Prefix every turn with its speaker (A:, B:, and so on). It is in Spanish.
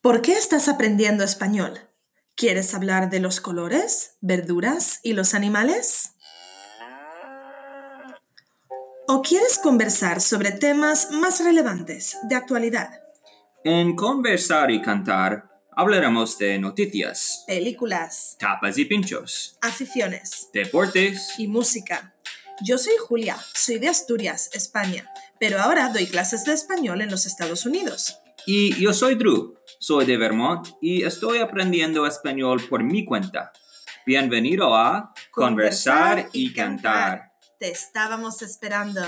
A: ¿Por qué estás aprendiendo español? ¿Quieres hablar de los colores, verduras y los animales? ¿O quieres conversar sobre temas más relevantes de actualidad?
B: En conversar y cantar hablaremos de noticias,
A: Películas,
B: tapas y pinchos,
A: aficiones
B: deportes.
A: y música. Yo soy Julia, soy de Asturias, España, pero ahora doy clases de español en los Estados Unidos.
B: Y yo soy Drew, soy de Vermont y estoy aprendiendo español por mi cuenta. Bienvenido a Conversar y Cantar.
A: Te estábamos esperando.